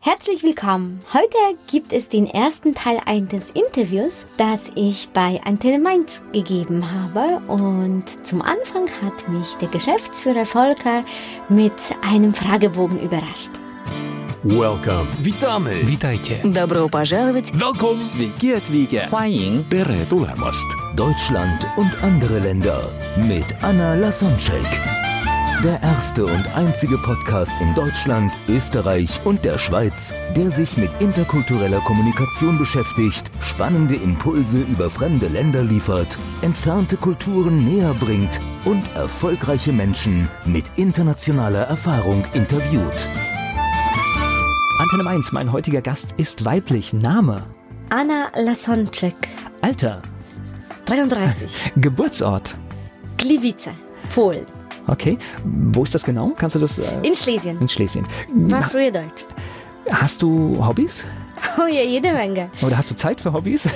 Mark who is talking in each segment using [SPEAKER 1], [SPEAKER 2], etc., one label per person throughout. [SPEAKER 1] Herzlich willkommen. Heute gibt es den ersten Teil eines Interviews, das ich bei Antenne Mainz gegeben habe. Und zum Anfang hat mich der Geschäftsführer Volker mit einem Fragebogen überrascht.
[SPEAKER 2] Welcome.
[SPEAKER 3] Witamy!
[SPEAKER 4] Witajcie.
[SPEAKER 5] Добро пожаловать
[SPEAKER 3] Welcome! Sveiki atvykę!
[SPEAKER 4] 欢迎
[SPEAKER 2] Tere tulemast.
[SPEAKER 6] Deutschland und andere Länder mit Anna Lasonczek. Der erste und einzige Podcast in Deutschland, Österreich und der Schweiz, der sich mit interkultureller Kommunikation beschäftigt, spannende Impulse über fremde Länder liefert, entfernte Kulturen näher bringt und erfolgreiche Menschen mit internationaler Erfahrung interviewt.
[SPEAKER 4] Antenne 1, mein heutiger Gast ist weiblich. Name,
[SPEAKER 1] Anna Lasonczek,
[SPEAKER 4] Alter,
[SPEAKER 1] 33,
[SPEAKER 4] Geburtsort.
[SPEAKER 1] Gliwice, Polen,
[SPEAKER 4] Okay, wo ist das genau? Kannst du das äh,
[SPEAKER 1] in Schlesien.
[SPEAKER 4] in Schlesien?
[SPEAKER 1] War früher Deutsch.
[SPEAKER 4] Hast du Hobbys?
[SPEAKER 1] Oh ja, jede Menge.
[SPEAKER 4] Oder hast du Zeit für Hobbys?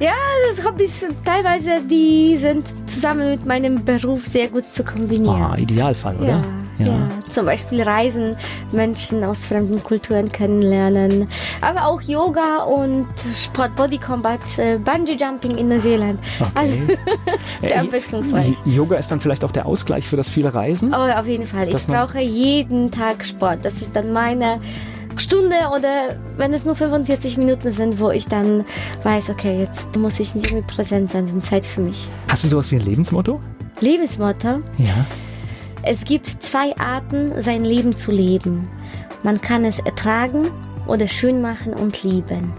[SPEAKER 1] Ja, das Hobbys teilweise, die sind zusammen mit meinem Beruf sehr gut zu kombinieren.
[SPEAKER 4] Ah, Idealfall, oder?
[SPEAKER 1] Ja, ja. zum Beispiel Reisen, Menschen aus fremden Kulturen kennenlernen, aber auch Yoga und Sport, Body Combat, äh, Bungee Jumping in Neuseeland. Also
[SPEAKER 4] Okay.
[SPEAKER 1] sehr
[SPEAKER 4] Äh,
[SPEAKER 1] abwechslungsreich. Oh.
[SPEAKER 4] J- Yoga ist dann vielleicht auch der Ausgleich für das viele Reisen.
[SPEAKER 1] Aber auf jeden Fall, ich
[SPEAKER 4] Dass man-
[SPEAKER 1] brauche jeden Tag Sport. Das ist dann meine Stunde oder wenn es nur 45 Minuten sind, wo ich dann weiß, okay, jetzt muss ich nicht mehr präsent sein, sind Zeit für mich.
[SPEAKER 4] Hast du sowas wie ein Lebensmotto?
[SPEAKER 1] Lebensmotto.
[SPEAKER 4] Ja.
[SPEAKER 1] Es gibt zwei Arten, sein Leben zu leben. Man kann es ertragen oder schön machen und lieben.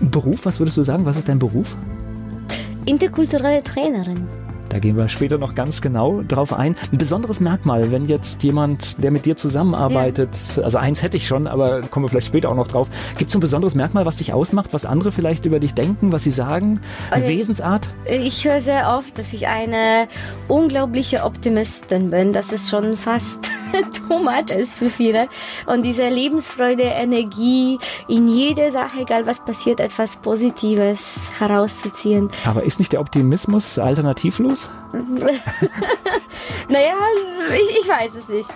[SPEAKER 4] Beruf, was würdest du sagen? Was ist dein Beruf?
[SPEAKER 1] Interkulturelle Trainerin.
[SPEAKER 4] Da gehen wir später noch ganz genau drauf ein. Ein besonderes Merkmal, wenn jetzt jemand, der mit dir zusammenarbeitet, also eins hätte ich schon, aber kommen wir vielleicht später auch noch drauf. Gibt es ein besonderes Merkmal, was dich ausmacht, was andere vielleicht über dich denken, was sie sagen? Eine
[SPEAKER 1] Okay.
[SPEAKER 4] Wesensart?
[SPEAKER 1] Ich höre sehr oft, dass ich eine unglaubliche Optimistin bin. Das ist schon fast too much ist für viele. Und diese Lebensfreude, Energie in jeder Sache, egal was passiert, etwas Positives herauszuziehen.
[SPEAKER 4] Aber ist nicht der Optimismus alternativlos?
[SPEAKER 1] Naja, ich, ich weiß es nicht.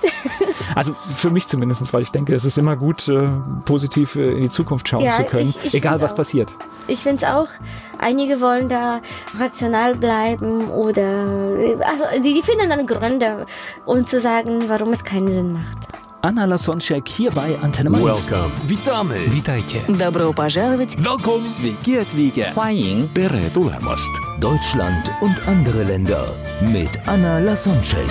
[SPEAKER 4] Also für mich zumindest, weil ich denke, es ist immer gut, äh, positiv äh, in die Zukunft schauen
[SPEAKER 1] Ja,
[SPEAKER 4] zu können,
[SPEAKER 1] ich- ich
[SPEAKER 4] egal
[SPEAKER 1] find's
[SPEAKER 4] was
[SPEAKER 1] auch.
[SPEAKER 4] passiert.
[SPEAKER 1] Ich finde es auch, einige wollen da rational bleiben oder also die, die finden dann Gründe, um zu sagen, warum es keinen Sinn macht.
[SPEAKER 4] Anna Lasonczek hier bei Antenne Mainz.
[SPEAKER 2] Welcome.
[SPEAKER 3] Witamy!
[SPEAKER 4] Witajcie.
[SPEAKER 5] Добро пожаловать
[SPEAKER 3] Welcome! Sveiki atvykę!
[SPEAKER 4] Flying.
[SPEAKER 2] Tere tulemast.
[SPEAKER 6] Deutschland und andere Länder mit Anna Lasonczek.